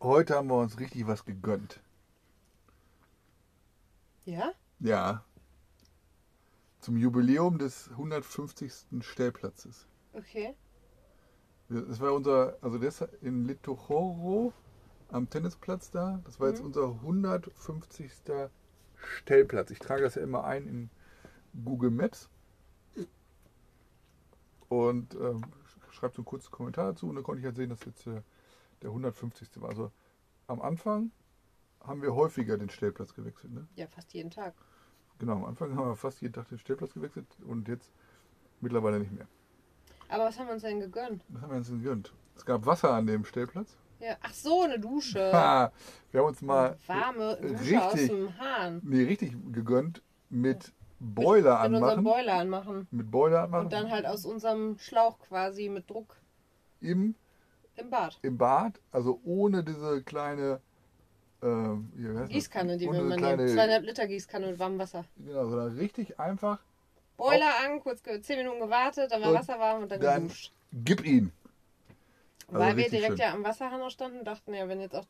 Heute haben wir uns richtig was gegönnt. Ja? Ja. Zum Jubiläum des 150. Stellplatzes. Okay. Wir- Das war unser, also das in Litochoro am Tennisplatz da. Das war jetzt unser 150. Stellplatz. Ich trage das ja immer ein in Google Maps. Und ähm, sch- schreibt so einen kurzen Kommentar dazu. Und dann konnte ich halt sehen, dass jetzt äh, der 150. war. Also am Anfang haben wir häufiger den Stellplatz gewechselt. Ne? Ja, fast jeden Tag. Genau, am Anfang haben wir fast jeden Tag den Stellplatz gewechselt und jetzt mittlerweile nicht mehr. Aber was haben wir uns denn gegönnt? Was haben wir uns denn gegönnt? Es gab Wasser an dem Stellplatz. Ja. Ach so, eine Dusche. Ha, wir haben uns mal Warme Dusche aus richtig. dem Hahn. nee, richtig gegönnt mit Boiler Mit unserem anmachen. Boiler anmachen. mit Boiler anmachen. Und dann halt aus unserem Schlauch quasi mit Druck im, im Bad. Im Bad, also ohne diese kleine ähm, hier, wie heißt das? Gießkanne, die ohne wir diese immer nehmen. kleine, Zweieinhalb Liter Gießkanne mit warmem Wasser. Genau, sondern richtig einfach. Boiler an, kurz ge- zehn Minuten gewartet, dann war Und Wasser warm und dann, dann- geduscht. Gib ihn. also Weil wir richtig direkt schön. ja am Wasserhahn auch standen und dachten, ja, wenn jetzt auch,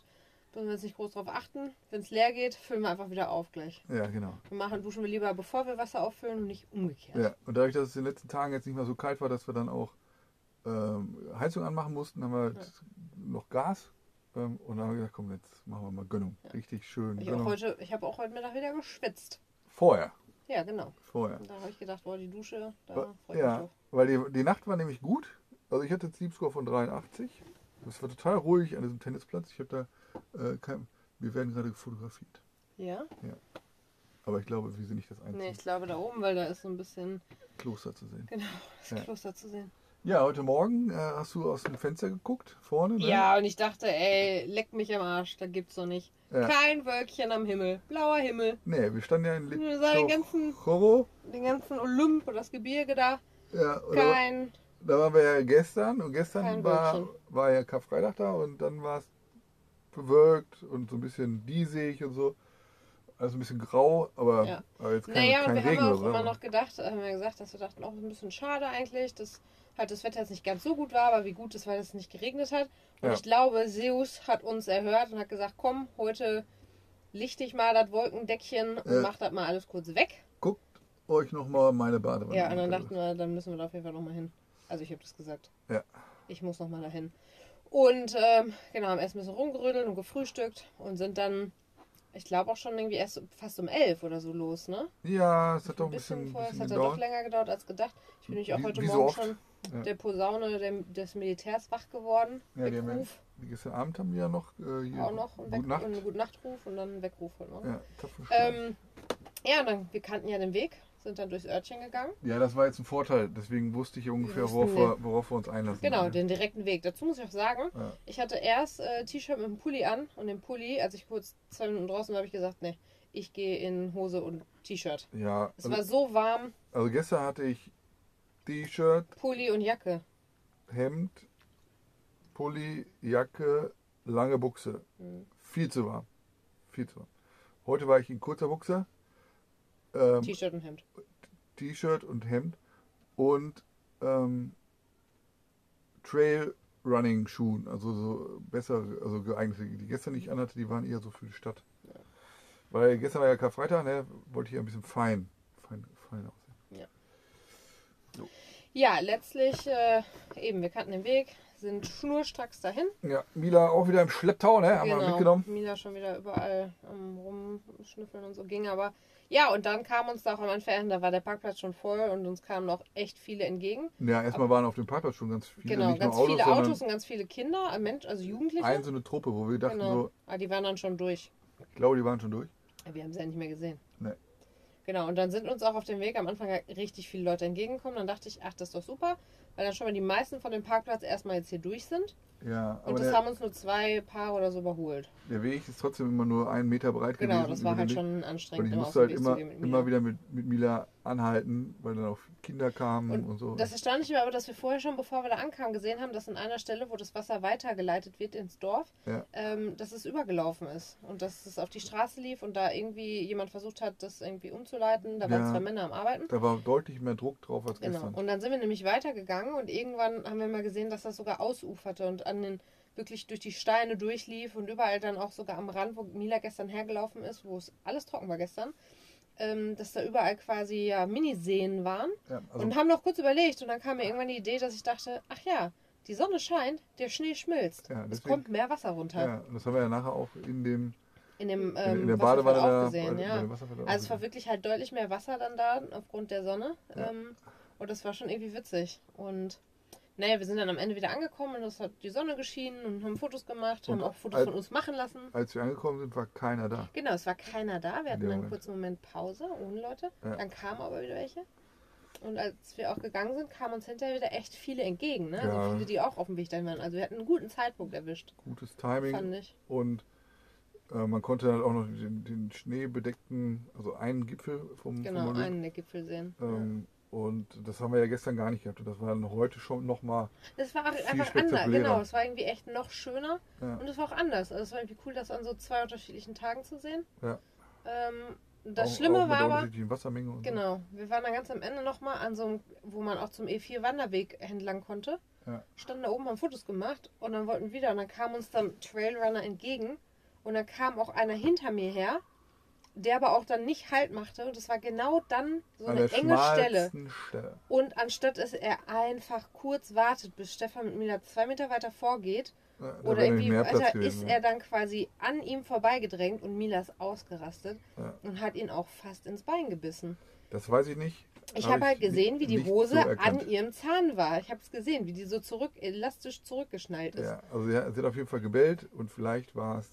müssen wir jetzt nicht groß drauf achten. Wenn es leer geht, füllen wir einfach wieder auf gleich. Ja, genau. Wir machen, duschen wir lieber, bevor wir Wasser auffüllen und nicht umgekehrt. Ja, und dadurch, dass es in den letzten Tagen jetzt nicht mehr so kalt war, dass wir dann auch ähm, Heizung anmachen mussten, haben wir halt noch Gas ähm, und dann haben wir gesagt, komm, jetzt machen wir mal Gönnung. Richtig schön. Ich, auch Gönnung. heute, ich habe auch heute Mittag wieder geschwitzt. Vorher, Ja, genau. vorher. Und da habe ich gedacht, boah, die Dusche, da freut mich ja, drauf. weil die, die Nacht war nämlich gut. Also ich hatte einen Sleepscore von 83. Das war total ruhig an diesem Tennisplatz. Ich habe da äh, kein, wir werden gerade fotografiert. Ja? Aber ich glaube, wir sind nicht das einzige Nee, ich glaube da oben, weil da ist so ein bisschen, Kloster zu sehen. genau, das Ja. Kloster zu sehen. Ja, heute Morgen äh, hast du aus dem Fenster geguckt, vorne. Ne? Ja, und ich dachte, ey, leck mich am Arsch, da gibt's doch nicht. Ja. Kein Wölkchen am Himmel, blauer Himmel. Nee, wir standen ja in Wir sahen den ganzen- Choro. Den ganzen Olymp oder das Gebirge da, Ja, und da, kein, da waren wir ja gestern und gestern Kein war, Wölkchen. war ja Karfreitag da und dann war es bewölkt und so ein bisschen diesig und so. Also ein bisschen grau, aber, Ja. aber jetzt kein, Naja, und kein wir Regen haben oder auch so. immer noch gedacht, haben wir gesagt, dass wir dachten, auch ein bisschen schade eigentlich, dass halt das Wetter jetzt nicht ganz so gut war, aber wie gut es war, dass es nicht geregnet hat. Und Ja. ich glaube, Zeus hat uns erhört und hat gesagt, komm, heute lichte ich mal das Wolkendeckchen und Ja. mach das mal alles kurz weg. Guckt euch nochmal meine Badewanne ja, und an. Also, dann dachten wir, dann müssen wir da auf jeden Fall nochmal hin. Also ich habe das gesagt. Ja. Ich muss nochmal dahin. Und ähm, genau, haben erst ein bisschen rumgerödelt und gefrühstückt und sind dann, ich glaube auch schon irgendwie erst fast um elf oder so los, ne? Ja, es hat doch ein ein bisschen, bisschen vorher. Es bisschen hat ja doch gedauert. länger gedauert als gedacht. Ich bin nämlich auch Wie- heute wie so Morgen oft. schon Ja. der Posaune der, des Militärs wach geworden. Ja, die haben ja, Weckruf gestern Abend haben wir ja noch äh, hier auch noch. Und Gute Weck- Nacht. und Gute Nachtruf und dann Weckruf heute Morgen. Ja, tapfer Ja, geschlafen. ähm, ja und dann, wir kannten ja den Weg, sind dann durchs Örtchen gegangen. ja, das war jetzt ein Vorteil. Deswegen wusste ich ungefähr, wussten worauf wir- wir, worauf wir uns einlassen. Genau, Ja. den direkten Weg. Dazu muss ich auch sagen, Ja. ich hatte erst äh, T-Shirt mit dem Pulli an und den Pulli, als ich kurz zwei Minuten draußen war, habe ich gesagt, nee, ich gehe in Hose und T-Shirt. Ja, Es war also, so warm, also gestern hatte ich T-Shirt, Pulli und Jacke. Hemd, Pulli, Jacke, lange Buchse. Mhm. Viel zu warm. Viel zu warm. Heute war ich in kurzer Buchse, ähm, T-Shirt und Hemd. T-Shirt und Hemd und ähm, Trail Running Schuhen, also so besser, also geeignete, die gestern nicht anhatte, die waren eher so für die Stadt. Weil gestern war ja Karfreitag, ne, wollte ich ja ein bisschen fein, fein, fein aussehen. Ja, letztlich, äh, eben, wir kannten den Weg, sind schnurstracks dahin. Ja, Mila auch wieder im Schlepptau, ne, haben Genau. wir mitgenommen. Mila schon wieder überall ähm, rumschnüffeln und so ging, aber ja, und dann kam uns da auch am Anfang, da war der Parkplatz schon voll und uns kamen noch echt viele entgegen. Ja, erstmal waren auf dem Parkplatz schon ganz viele, genau, nicht ganz nur Autos, viele Autos sondern und ganz viele Kinder, äh, Mensch, also Jugendliche. einzelne Truppe, wo wir dachten genau. so, Ah, die waren dann schon durch. ich glaube, die waren schon durch. Wir haben sie ja nicht mehr gesehen. Nee. Genau, und dann sind uns auch auf dem Weg am Anfang richtig viele Leute entgegengekommen. Dann dachte ich, ach, das ist doch super, weil dann schon mal die meisten von dem Parkplatz erstmal jetzt hier durch sind. Ja, aber Und das der, haben uns nur zwei Paare oder so überholt. der Weg ist trotzdem immer nur einen Meter breit gewesen. Genau, das war über halt den Weg. schon Und anstrengend, ich immer auf musste den halt Weg immer, zu gehen mit immer Mila. wieder mit, mit Mila anhalten, weil dann auch Kinder kamen und, Und so. Das Erstaunliche war aber, dass wir vorher schon, bevor wir da ankamen, gesehen haben, dass an einer Stelle, wo das Wasser weitergeleitet wird ins Dorf, Ja. ähm, dass es übergelaufen ist und dass es auf die Straße lief und da irgendwie jemand versucht hat, das irgendwie umzuleiten. Da waren Ja. zwei Männer am Arbeiten. da war deutlich mehr Druck drauf als Genau. gestern. Und dann sind wir nämlich weitergegangen und irgendwann haben wir mal gesehen, dass das sogar ausuferte und an den wirklich durch die Steine durchlief und überall dann auch sogar am Rand, wo Mila gestern hergelaufen ist, wo es alles trocken war gestern, ähm, dass da überall quasi ja Miniseen waren ja, also, und haben noch kurz überlegt und dann kam mir irgendwann die Idee, dass ich dachte, ach ja, die Sonne scheint, der Schnee schmilzt. Ja, es deswegen- kommt mehr Wasser runter. ja, und das haben wir ja nachher auch in dem In dem in, halt. ähm, in der Wasserfall Badewanne auch da gesehen, bei, ja. bei dem Wasserfall auch also es war gesehen. wirklich halt deutlich mehr Wasser dann da aufgrund der Sonne. Ja. Ähm, und das war schon irgendwie witzig. Und naja, wir sind dann am Ende wieder angekommen und es hat die Sonne geschienen und haben Fotos gemacht, haben Und auch Fotos als- von uns machen lassen. Als wir angekommen sind, war keiner da. Genau, es war keiner da. Wir dem hatten dann einen Moment. kurzen Moment Pause ohne Leute. Ja. Dann kamen aber wieder welche. Und als wir auch gegangen sind, kamen uns hinterher wieder echt viele entgegen. Ne? Ja. Also viele, die auch auf dem Weg dahin waren. Also wir hatten einen guten Zeitpunkt erwischt, Gutes fand Timing ich. und äh, man konnte halt auch noch den, den schneebedeckten, also einen Gipfel vom, Genau, vom Olymp, einen der Gipfel sehen. ähm, Und das haben wir ja gestern gar nicht gehabt. Und das war dann heute schon nochmal. ja. Das war auch viel einfach anders. spektakulärer. Genau, es war irgendwie echt noch schöner. Ja, Und es war auch anders. Also es war irgendwie cool, das an so zwei unterschiedlichen Tagen zu sehen. Ja. Ähm, das auch, Schlimme auch mit war der aber, unterschiedlichen Wassermenge und Genau, wir waren dann ganz am Ende nochmal an so einem, wo man auch zum E4-Wanderweg entlang konnte. Ja. Standen da oben, haben Fotos gemacht und dann wollten wir wieder. Und dann kam uns dann Trailrunner entgegen und dann kam auch einer hinter mir her, der aber auch dann nicht Halt machte. Und das war genau dann so so. An eine der enge Stelle. schmalsten Stelle. Und anstatt dass er einfach kurz wartet, bis Stefan mit Mila zwei Meter weiter vorgeht, Ja, da oder wäre nämlich irgendwie mehr Platz Alter, gewesen, ist ja. er dann quasi an ihm vorbeigedrängt und Mila ist ausgerastet Ja. und hat ihn auch fast ins Bein gebissen. Das weiß ich nicht. Ich Hab habe halt ni- gesehen, wie die nicht Hose so erkannt. an ihrem Zahn war. Ich habe es gesehen, wie die so zurück, elastisch zurückgeschnallt ist. Ja, also ja, sie hat auf jeden Fall gebellt und vielleicht war es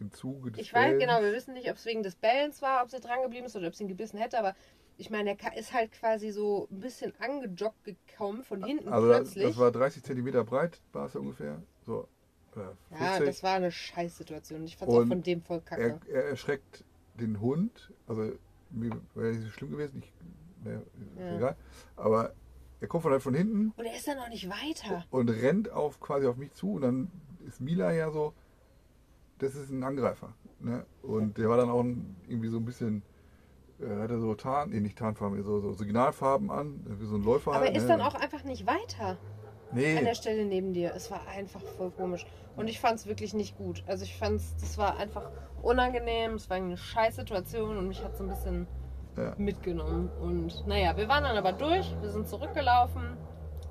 im Zuge des ich weiß Bellens. genau, wir wissen nicht, ob es wegen des Bellens war, ob sie dran geblieben ist oder ob sie ihn gebissen hätte, aber ich meine, der Ka- ist halt quasi so ein bisschen angejoggt gekommen von hinten Also das, plötzlich. das war 30 Zentimeter breit, war es ja ungefähr. So, oder 40. ja, das war eine Scheißsituation. Ich fand es auch Und von dem voll kacke. er, er erschreckt den Hund. Also mir wäre nicht so schlimm gewesen. Ich, ne, ist Ja. egal. Aber er kommt von halt von hinten Und er ist dann auch nicht weiter. und rennt auf quasi auf mich zu. Und dann ist Mila ja so, das ist ein Angreifer. Ne? Und der war dann auch ein- irgendwie so ein bisschen... äh, Er hatte so Tarn, nee, nicht Tarnfarben, so, so Signalfarben an, wie so ein Läufer. Aber halt, er ist ne? dann auch einfach nicht weiter. Nee, an der Stelle neben dir. Es war einfach voll komisch. Und ich fand es wirklich nicht gut. Also ich fand es, das war einfach unangenehm. Es war eine Scheißsituation und mich hat so ein bisschen Ja. mitgenommen. Und naja, wir waren dann aber durch. Wir sind zurückgelaufen.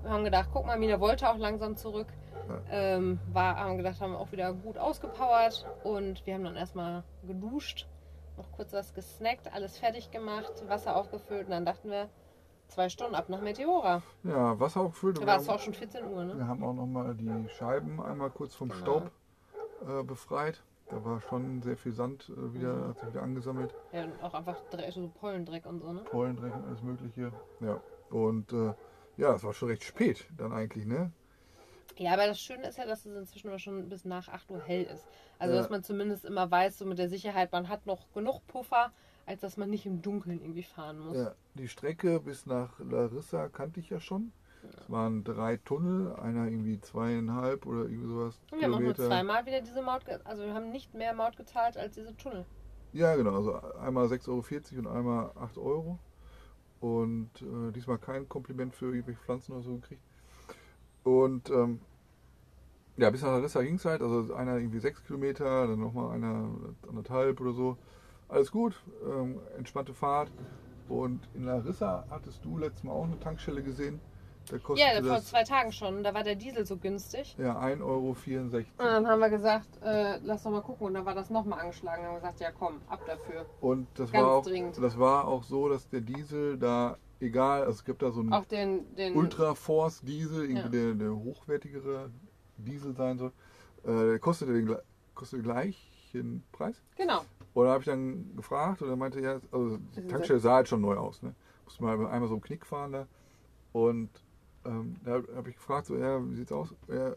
Wir haben gedacht, guck mal, Mina wollte auch langsam zurück. Ja. Ähm, war, haben gedacht, haben wir auch wieder gut ausgepowert. Und wir haben dann erstmal geduscht, noch kurz was gesnackt, alles fertig gemacht, Wasser aufgefüllt. Und dann dachten wir, zwei Stunden ab nach Meteora. ja, Wasser auch gefüllt. Da und war wir es haben- auch schon 14 Uhr, ne? Wir haben auch nochmal die Scheiben einmal kurz vom Genau. Staub äh, befreit. Da war schon sehr viel Sand äh, Mhm. wieder, hat sich wieder angesammelt. Ja, und auch einfach Dre- also so Pollendreck und so, ne? Pollendreck und alles Mögliche. Ja. Und äh, ja, es war schon recht spät dann eigentlich, ne? Ja, aber das Schöne ist ja, dass es inzwischen immer schon bis nach 8 Uhr hell ist. Also, Ja. dass man zumindest immer weiß, so mit der Sicherheit, man hat noch genug Puffer, als dass man nicht im Dunkeln irgendwie fahren muss. Ja, die Strecke bis nach Larissa kannte ich ja schon. Es waren drei Tunnel, einer irgendwie zweieinhalb oder irgendwie sowas. Und wir haben auch nur zweimal wieder diese Maut, ge- also wir haben nicht mehr Maut gezahlt als diese Tunnel. Ja, genau. Also einmal 6,40 Euro und einmal 8 Euro. Und äh, diesmal kein Kompliment für irgendwelche Pflanzen oder so gekriegt. Und ähm, ja, bis nach Larissa ging es halt. Also einer irgendwie 6 Kilometer, dann nochmal einer anderthalb oder so. Alles gut, ähm, entspannte Fahrt. Und in Larissa hattest du letztes Mal auch eine Tankstelle gesehen. Da kostete Ja, vor das zwei Tagen schon, da war der Diesel so günstig. ja, 1,64 Euro. Und dann haben wir gesagt, äh, lass doch mal gucken. Und dann war das nochmal angeschlagen. Dann haben wir gesagt, ja komm, ab dafür. Und das Ganz war, auch, dringend. das war auch so, dass der Diesel da, egal, also es gibt da so einen Auch den, den Ultra Force Diesel, irgendwie Ja. der, der hochwertigere Diesel sein soll, äh, kostet den gle- kostet den gleichen Preis. genau. Und da habe ich dann gefragt und er meinte, ja, also die sind Tankstelle sah halt schon neu aus, ne? Musste mal einmal so einen Knick fahren da. Und ähm, da habe ich gefragt, so, ja, wie sieht's aus? Ja,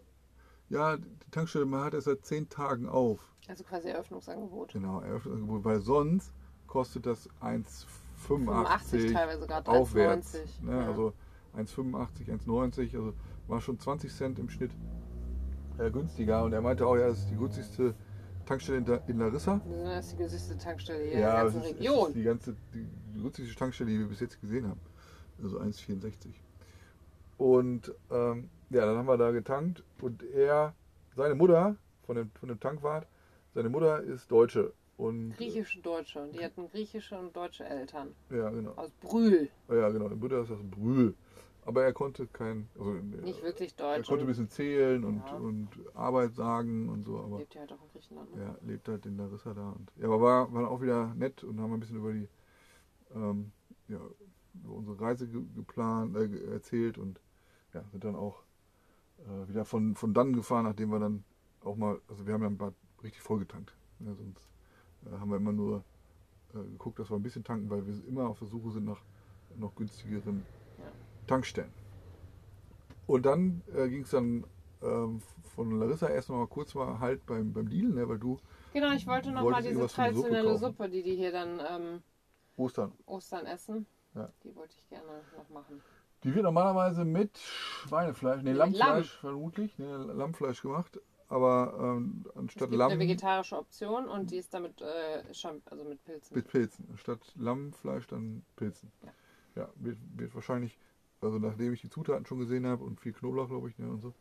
ja, die Tankstelle man hat erst seit zehn Tagen auf. Also quasi Eröffnungsangebot. Genau, Eröffnungsangebot, weil sonst kostet das 85 1,85 teilweise gerade aufwärts. 1,90. Ne? Also 1,85, 1,90, also war schon 20 Cent im Schnitt äh, günstiger. Und er meinte auch, ja, das ist die günstigste Tankstelle in, da, in Larissa. Das ist die günstigste Tankstelle hier in der ganzen es ist, Es ist Region. die ganze, die günstigste Tankstelle, die wir bis jetzt gesehen haben. Also 1,64. Und ähm, ja, dann haben wir da getankt und er, seine Mutter von dem, von dem Tankwart, seine Mutter ist Deutsche. Und, äh, Griechische Deutsche. Die hatten griechische und deutsche Eltern. ja, genau. Aus Brühl. Ja, genau. Die Mutter ist aus Brühl. Aber er konnte kein. Also, Nicht wirklich er deutsch. konnte ein und bisschen zählen und, Ja. und Arbeit sagen und so, aber Lebt ja halt auch in Griechenland. Ne? ja, lebt halt in Larissa da. Und, ja, aber war, war auch wieder nett und haben ein bisschen über die ähm, ja, über unsere Reise ge geplant, äh, ge- erzählt und ja, sind dann auch äh, wieder von, von dann gefahren, nachdem wir dann auch mal, also wir haben ja ein paar richtig voll getankt. Ja, sonst äh, haben wir immer nur äh, geguckt, dass wir ein bisschen tanken, weil wir immer auf der Suche sind nach noch günstigeren Ja. Tankstellen. Und dann äh, ging es dann ähm, von Larissa erst noch mal kurz mal halt beim, beim Lidl, ne, weil du Genau, ich wollte Wolltest nochmal du diese was für eine Suppe traditionelle kaufen? Suppe, die die hier dann ähm, Ostern. Ostern essen. Ja. Die wollte ich gerne noch machen. Die wird normalerweise mit Schweinefleisch, nee, Mit Lammfleisch vermutlich, nee, Lammfleisch gemacht, aber ähm, Es anstatt gibt Lamm eine vegetarische Option und die ist damit äh, Champ also mit Pilzen. mit Pilzen. Anstatt Lammfleisch dann Pilzen. Ja. Ja, wird, wird wahrscheinlich, also nachdem ich die Zutaten schon gesehen habe und viel Knoblauch, glaube ich, ne, und so.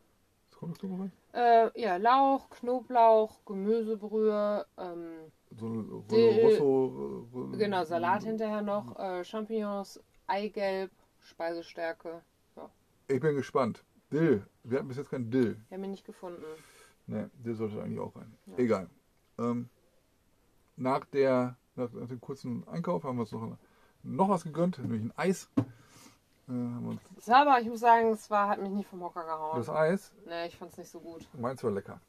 Ist kommt noch Knoblauch rein? Äh, ja, Lauch, Knoblauch, Gemüsebrühe, ähm, So eine Rolle Dill. Rosso. Rolle- genau, Mm. Salat hinterher noch, äh, Champignons, Eigelb, Speisestärke. Ich bin gespannt. Dill. Wir hatten bis jetzt keinen Dill. Wir haben ihn nicht gefunden. Ne, der sollte eigentlich auch rein. Ja. Egal. Ähm, nach, der, nach, nach dem kurzen Einkauf haben wir uns noch, noch was gegönnt, nämlich ein Eis. Äh, haben wir uns Es war aber, ich muss sagen, es war, hat mich nicht vom Hocker gehauen. das Eis, Nee, ich fand's nicht so gut. meins war lecker.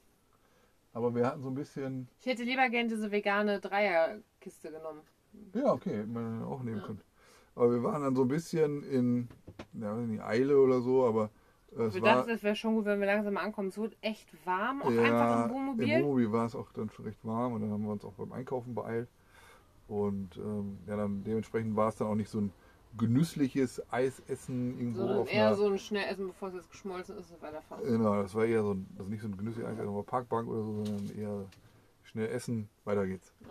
Aber wir hatten so ein bisschen, Ich hätte lieber gern diese vegane Dreierkiste genommen. ja, okay, hätten wir dann auch nehmen können. Aber wir waren dann so ein bisschen in, ja, in die Eile oder so, aber äh, es Wir war. dachten, es wäre schon gut, wenn wir langsam ankommen. Es wurde echt warm, auch einfach im Wohnmobil. Im Wohnmobil war es auch dann schon recht warm und dann haben wir uns auch beim Einkaufen beeilt. Und ähm, ja, dann dementsprechend war es dann auch nicht so ein genüssliches Eisessen irgendwo Sondern auf eher einer. so ein Schnellessen, bevor es jetzt geschmolzen ist und weiterfahren. genau, das war eher so ein, also nicht so ein genüssliches Eisessen auf einer Parkbank oder so, sondern eher schnell essen, weiter geht's. Ja.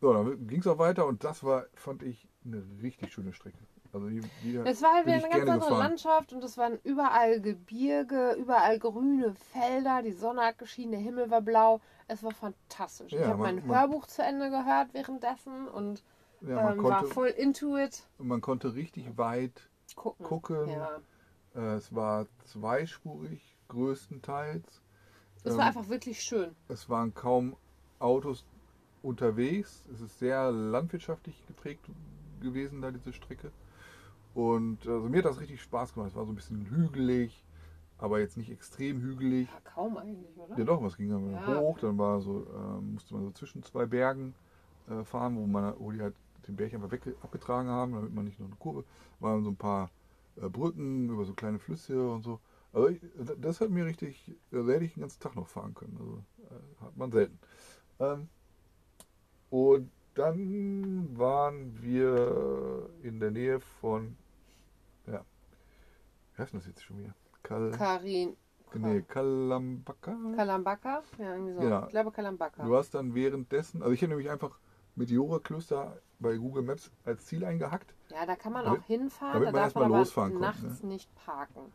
So, dann ging es auch weiter und das war, fand ich, eine richtig schöne Strecke. Also die, die Es war halt bin wieder ich eine ganz gerne andere gefahren. Landschaft und es waren überall Gebirge, überall grüne Felder, die Sonne hat geschienen, der Himmel war blau. Es war fantastisch. ich Ja, habe man- mein man- Hörbuch zu Ende gehört währenddessen und ja, man, ähm, war konnte, voll into it. man konnte richtig weit Gucken. gucken. Hm, Ja. Äh, Es war zweispurig, größtenteils. Es Ähm, war einfach wirklich schön. Es waren kaum Autos unterwegs. Es ist sehr landwirtschaftlich geprägt gewesen, da diese Strecke. Und also mir hat das richtig Spaß gemacht. Es war so ein bisschen hügelig, aber jetzt nicht extrem hügelig. Ja, kaum eigentlich, oder? Ja doch, was ging dann Ja. hoch, dann war so, ähm, musste man so zwischen zwei Bergen äh, fahren, wo man wo die halt den Berg einfach weg abgetragen haben, damit man nicht noch eine Kurve. Waren so ein paar äh, Brücken über so kleine Flüsse und so. Also ich, das hat mir richtig, da hätte ich den ganzen Tag noch fahren können. Also äh, hat man selten. Ähm, und dann waren wir in der Nähe von ja, wie heißt denn das jetzt schon wieder? Kal Karin. nee, Kalambaka? Kalambaka? Ja, irgendwie so. Genau. Ich glaube Kalambaka. Du hast dann währenddessen, also ich hätte nämlich einfach Meteora-Klöster bei Google Maps als Ziel eingehackt. Ja, da kann man Damit- auch hinfahren, da damit man darf man erstmal aber losfahren kommt, nachts nicht parken.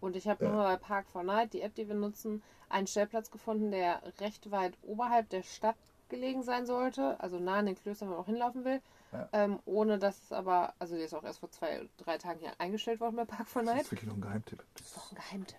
Und ich habe Ja. nur bei park 4 night die App, die wir nutzen, einen Stellplatz gefunden, der recht weit oberhalb der Stadt gelegen sein sollte, also nah an den Klöstern, wenn man auch hinlaufen will. Ja. Ähm, ohne dass es aber, also die ist auch erst vor zwei, drei Tagen hier eingestellt worden bei park 4 Das night ist wirklich noch ein Geheimtipp. Das ist doch ein Geheimtipp.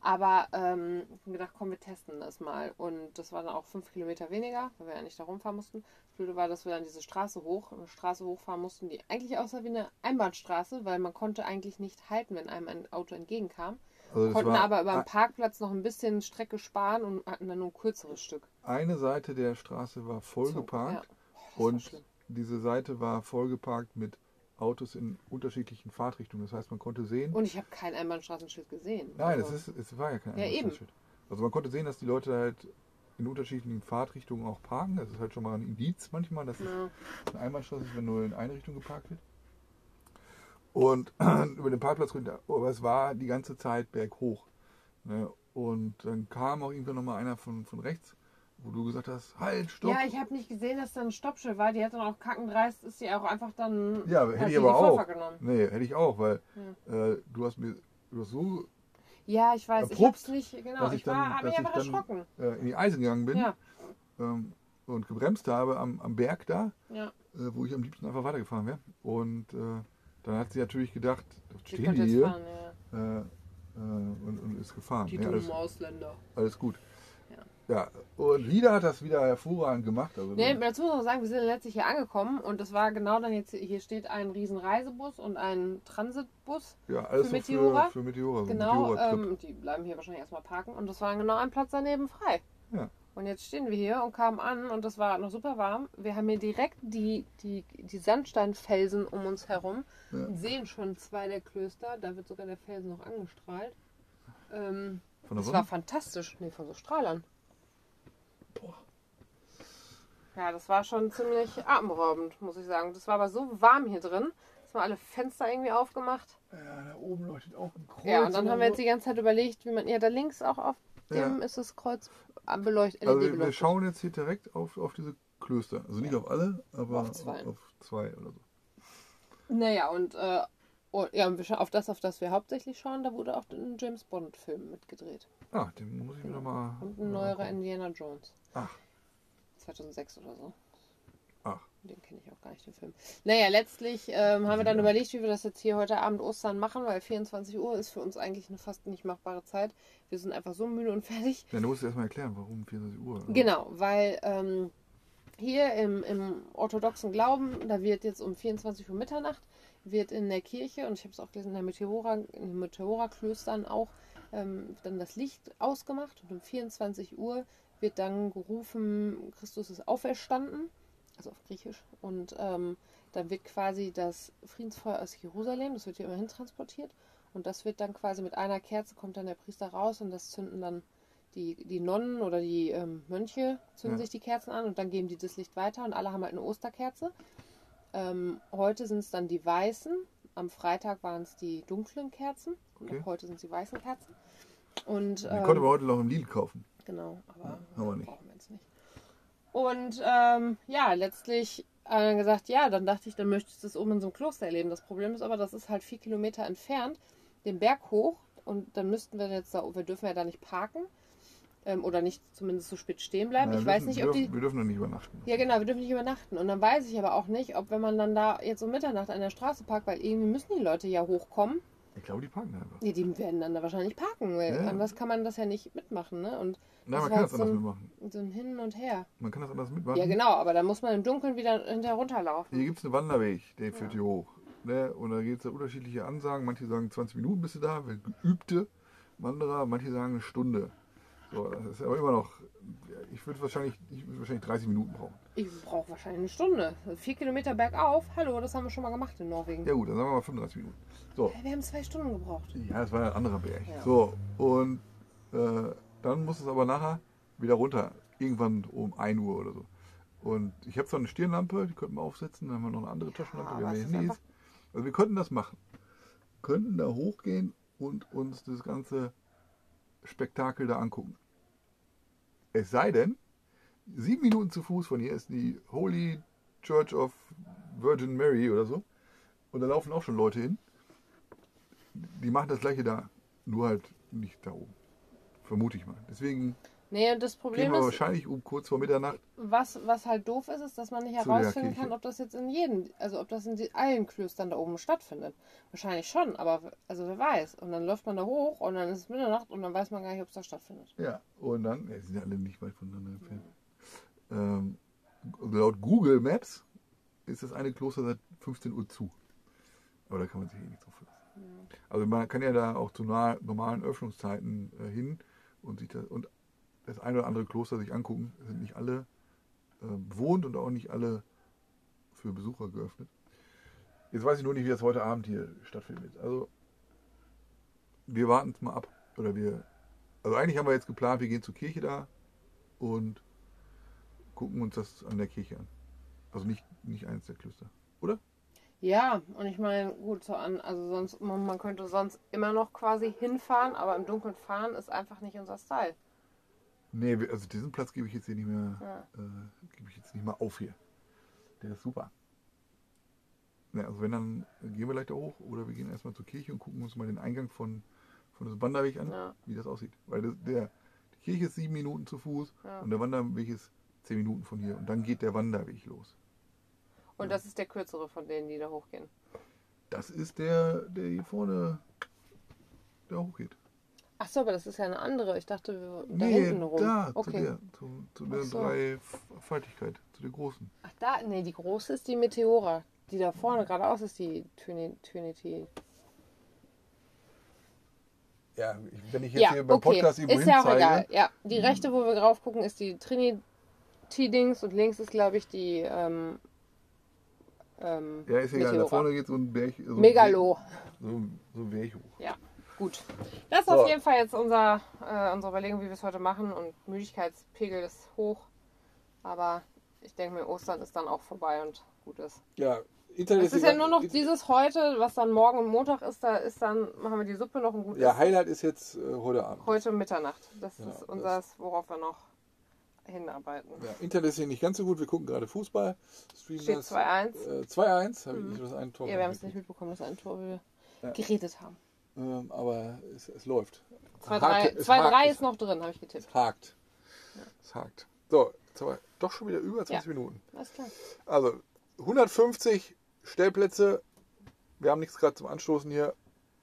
Aber ähm, ich habe gedacht, komm, wir testen das mal. Und das waren auch fünf Kilometer weniger, weil wir ja nicht da rumfahren mussten. Das Blöde war, dass wir dann diese Straße hoch, eine Straße hochfahren mussten, die eigentlich aussah wie eine Einbahnstraße, weil man konnte eigentlich nicht halten, wenn einem ein Auto entgegenkam. Also das Konnten war aber über e- den Parkplatz noch ein bisschen Strecke sparen und hatten dann nur ein kürzeres Stück. eine Seite der Straße war vollgeparkt Ja. Oh, und schlimm. diese Seite war vollgeparkt mit Autos in unterschiedlichen Fahrtrichtungen. Das heißt, man konnte sehen. Und ich habe kein Einbahnstraßenschild gesehen. Nein, Also, es, ist, es war ja kein Ja, eben. Einbahnstraßenschild. Also man konnte sehen, dass die Leute halt in unterschiedlichen Fahrtrichtungen auch parken. Das ist halt schon mal ein Indiz manchmal, dass Ja. es ein Einbahnstraße ist, wenn nur in eine Richtung geparkt wird. Und über den Parkplatz runter, aber es war die ganze Zeit berghoch. Ne? Und dann kam auch irgendwann nochmal einer von, von rechts, wo du gesagt hast, halt, stopp. Ja, ich habe nicht gesehen, dass da ein Stoppschild war. Die hat dann auch kackendreist, ist sie auch einfach dann. Ja, hat hätte die ich aber die auch. Vorfahrt Genommen. Nee, hätte ich auch, weil äh, du hast mir du hast so Ja, ich weiß. Ich Abrupt, hab's nicht, genau. dass Ich, ich dann- war, hab dass mich ich einfach dann- erschrocken. äh, in die Eisen gegangen bin Ja, ähm, und gebremst habe am, am Berg da, ja. äh, wo ich am liebsten einfach weitergefahren wäre. Und äh, dann hat sie natürlich gedacht, jetzt Sie steht konnte die es hier fahren, ja. äh, äh, und, und ist gefahren. Die Ja, dummen alles, Ausländer. alles gut. Ja. und Lida hat das wieder hervorragend gemacht. Also, Nee, dazu muss man sagen, wir sind letztlich hier angekommen und das war genau dann jetzt, hier steht ein riesen Reisebus und ein Transitbus. ja, alles so für Meteora? für, für Meteora. so ein Genau, Meteora-Trip. ähm, die bleiben hier wahrscheinlich erstmal parken und das war genau ein Platz daneben frei. Ja. Und jetzt stehen wir hier und kamen an und das war noch super warm. Wir haben hier direkt die, die, die Sandsteinfelsen um uns herum. Ja. Sehen schon zwei der Klöster, da wird sogar der Felsen noch angestrahlt. Ähm, Von der das Sonne? war fantastisch. Nee, von so Strahlern. Ja, das war schon ziemlich atemberaubend, muss ich sagen. Das war aber so warm hier drin, dass man alle Fenster irgendwie aufgemacht. Ja, da oben leuchtet auch ein Kreuz. Ja, und dann haben wir jetzt irgendwo. die ganze Zeit überlegt, wie man. Ja, da links auch auf dem ist das Kreuz ah, beleuchtet, LED Also wir, wir E beleuchtet. schauen jetzt hier direkt auf, auf diese Klöster. Also nicht auf alle, aber Auf zwei. auf zwei oder so. Naja, und, äh, und ja, und wir scha- auf das, auf das wir hauptsächlich schauen, da wurde auch ein James Bond-Film mitgedreht. Ah, den muss ich Genau. mir nochmal. Und ein neuerer Indiana Jones. Ach. 2006 oder so. Ach. Den kenne ich auch gar nicht, den Film. Naja, letztlich ähm, haben wir dann Ja. überlegt, wie wir das jetzt hier heute Abend Ostern machen, weil 24 Uhr ist für uns eigentlich eine fast nicht machbare Zeit. Wir sind einfach so müde und fertig. Ja, du musst erstmal erklären, warum 24 Uhr. Also, Genau, weil ähm, hier im, im orthodoxen Glauben, da wird jetzt um 24 Uhr Mitternacht, wird in der Kirche, und ich habe es auch gelesen, in, der Meteora, in den Meteora-Klöstern auch, ähm, dann das Licht ausgemacht und um 24 Uhr wird dann gerufen, Christus ist auferstanden, also auf Griechisch, und ähm, dann wird quasi das Friedensfeuer aus Jerusalem, das wird hier immerhin transportiert, und das wird dann quasi mit einer Kerze, kommt dann der Priester raus und das zünden dann die, die Nonnen oder die ähm, Mönche zünden Ja. sich die Kerzen an und dann geben die das Licht weiter und alle haben halt eine Osterkerze. Ähm, heute sind es dann die weißen, am Freitag waren es die dunklen Kerzen und Okay. ab heute sind es die weißen Kerzen. Und, Den ähm, konnte man heute noch im Lidl kaufen. Genau, aber haben wir nicht. brauchen wir jetzt nicht. Und ähm, ja, letztlich äh, gesagt, ja, dann dachte ich, dann möchtest du es oben in so einem Kloster erleben. Das Problem ist aber, das ist halt vier Kilometer entfernt, den Berg hoch. Und dann müssten wir jetzt da, wir dürfen ja da nicht parken. Ähm, oder nicht zumindest so spät stehen bleiben. Naja, ich wir weiß dürfen- nicht, wir ob dürfen, die. Wir dürfen noch nicht übernachten. Ja, genau, wir dürfen nicht übernachten. Und dann weiß ich aber auch nicht, ob wenn man dann da jetzt um Mitternacht an der Straße parkt, weil irgendwie müssen die Leute ja hochkommen. Ich glaube, die parken einfach. Ja, die werden dann da wahrscheinlich parken, weil Ja, ja. anders kann man das ja nicht mitmachen, ne? Und Nein, man Das war kann das jetzt anders so ein- mitmachen. so ein Hin und Her. Man kann das anders mitmachen. Ja, genau, aber dann muss man im Dunkeln wieder hinterher Hier runterlaufen. gibt es einen Wanderweg, der führt Ja. hier hoch. Ne? Und da gibt es unterschiedliche Ansagen. Manche sagen 20 Minuten bist du da, weil geübte Wanderer, manche sagen eine Stunde. So, das ist aber immer noch. Ich würde wahrscheinlich, ich würd wahrscheinlich 30 Minuten brauchen. Ich brauche wahrscheinlich eine Stunde. Vier Kilometer bergauf. Hallo, das haben wir schon mal gemacht in Norwegen. Ja gut, dann sagen wir mal 35 Minuten. So, Hey, Wir haben zwei Stunden gebraucht. ja, das war ja ein anderer Berg. Ja. So, und äh, dann muss es aber nachher wieder runter. Irgendwann um 1 Uhr oder so. Und ich habe zwar eine Stirnlampe, die könnten wir aufsetzen, dann haben wir noch eine andere Taschenlampe, wir aber haben es Ah, ist Handys. einfach- Also wir könnten das machen. Könnten da hochgehen und uns das ganze Spektakel da angucken. Es sei denn, sieben Minuten zu Fuß von hier ist die Holy Church of Virgin Mary oder so. Und da laufen auch schon Leute hin. Die machen das gleiche da, nur halt nicht da oben. Vermute ich mal. Deswegen Nee, und das gehen Problem wir ist, wahrscheinlich um kurz vor Mitternacht. was, was halt doof ist, ist, dass man nicht Zu der herausfinden Kirche. kann, ob das jetzt in jedem, also ob das in die, allen Klöstern da oben stattfindet. Wahrscheinlich schon, aber w- also wer weiß. Und dann läuft man da hoch und dann ist es Mitternacht und dann weiß man gar nicht, ob es da stattfindet. Ja, und dann, ja, die sind ja alle nicht weit voneinander entfernt. Ähm, laut Google Maps ist das eine Kloster seit 15 Uhr zu. Aber da kann man sich eh nicht drauf verlassen. Also man kann ja da auch zu na- normalen Öffnungszeiten äh, hin und sich das, und das ein oder andere Kloster sich angucken. Es sind nicht alle äh, bewohnt und auch nicht alle für Besucher geöffnet. Jetzt weiß ich nur nicht, wie das heute Abend hier stattfindet. Also wir warten es mal ab. Oder wir Also eigentlich haben wir jetzt geplant, wir gehen zur Kirche da und gucken uns das an der Kirche an. Also nicht, nicht eins der Klöster, oder? Ja, und ich meine, gut, so an, also sonst, man, man könnte sonst immer noch quasi hinfahren, aber im Dunkeln fahren ist einfach nicht unser Style. Nee, wir- also diesen Platz gebe ich jetzt hier nicht mehr, Ja. äh, gebe ich jetzt nicht mal auf hier. Der ist super. Ne, also wenn, dann gehen wir leichter hoch oder wir gehen erstmal zur Kirche und gucken uns mal den Eingang von, von diesem Wanderweg an, Ja. wie das aussieht. Weil das, der, die Kirche ist sieben Minuten zu Fuß Ja. und der Wanderweg ist zehn Minuten von hier. Und dann geht der Wanderweg los. Und das ist der kürzere von denen, die da hochgehen. Das ist der, der hier vorne, der hochgeht. Ach so, aber das ist ja eine andere. Ich dachte, wir, da Nee, hinten rum. da, zu okay. der, zu, zu der Ach so. Dreifaltigkeit, zu der großen. Ach da, nee, die große ist die Meteora. Die da vorne geradeaus ist die Trini- Trinity. Ja, ich- wenn ich jetzt Ja, hier beim okay. Podcast irgendwo Mhm. Ist ja auch hinzeige, egal. Ja, die rechte, wo wir drauf gucken, ist die Trinity-Dings und links ist, glaube ich, die ähm, ähm, Ja, ist egal. Meteora. Da vorne geht so ein Berg. So ein Megalo. Berg- So, ein- so ein Berg hoch. Ja, gut. Das ist So. auf jeden Fall jetzt unser, äh, unsere Überlegung, wie wir es heute machen. Und Müdigkeitspegel ist hoch. Aber ich denke mir, Ostern ist dann auch vorbei und gut ist. Ja, Internet Es ist ja nur noch dieses heute, was dann morgen und Montag ist, da ist dann, machen wir die Suppe noch und gut ist. Highlight ist jetzt äh, heute Abend. Heute Mitternacht. Das Ja, ist das- unser, worauf wir noch hinarbeiten. Ja, Internet ist hier nicht ganz so gut. Wir gucken gerade Fußball. Steht 2-1. Äh, 2-1. Habe ich nicht das eine Tor. Mhm. Ja, wir haben es nicht mitbekommen, dass ein Tor wir Ja. geredet haben. Ähm, aber es, es läuft. 2-3 Hakt- es 2-3 hakt. ist noch drin, habe ich getippt. Es hakt. Es hakt. So, zwei, doch schon wieder über 20 Ja. Minuten. Alles klar. Also 150 Stellplätze. Wir haben nichts gerade zum Anstoßen hier.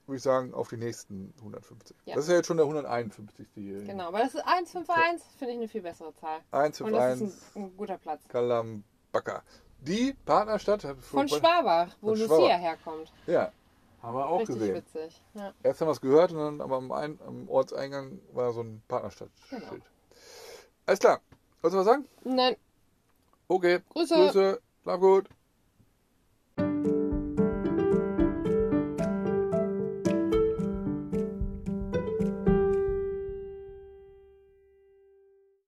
Würde ich sagen, auf die nächsten 150. Ja. Das ist ja jetzt schon der 151. Hier. Genau, aber das ist 1-5-1, finde ich eine viel bessere Zahl. 1 Und auf das 1 ist ein, ein guter Platz. Kalambaka. Die Partnerstadt hab ich Von vorhin- Schwabach, wo Von Lucia Schwabach. herkommt. Ja, haben wir auch Richtig gesehen. witzig. Ja. Erst haben wir es gehört und dann aber am, ein am Ortseingang war so ein Partnerstadtschild. Genau. Alles klar. Wolltest du was sagen? Nein, Okay. Grüße. Grüße. Schlaf gut.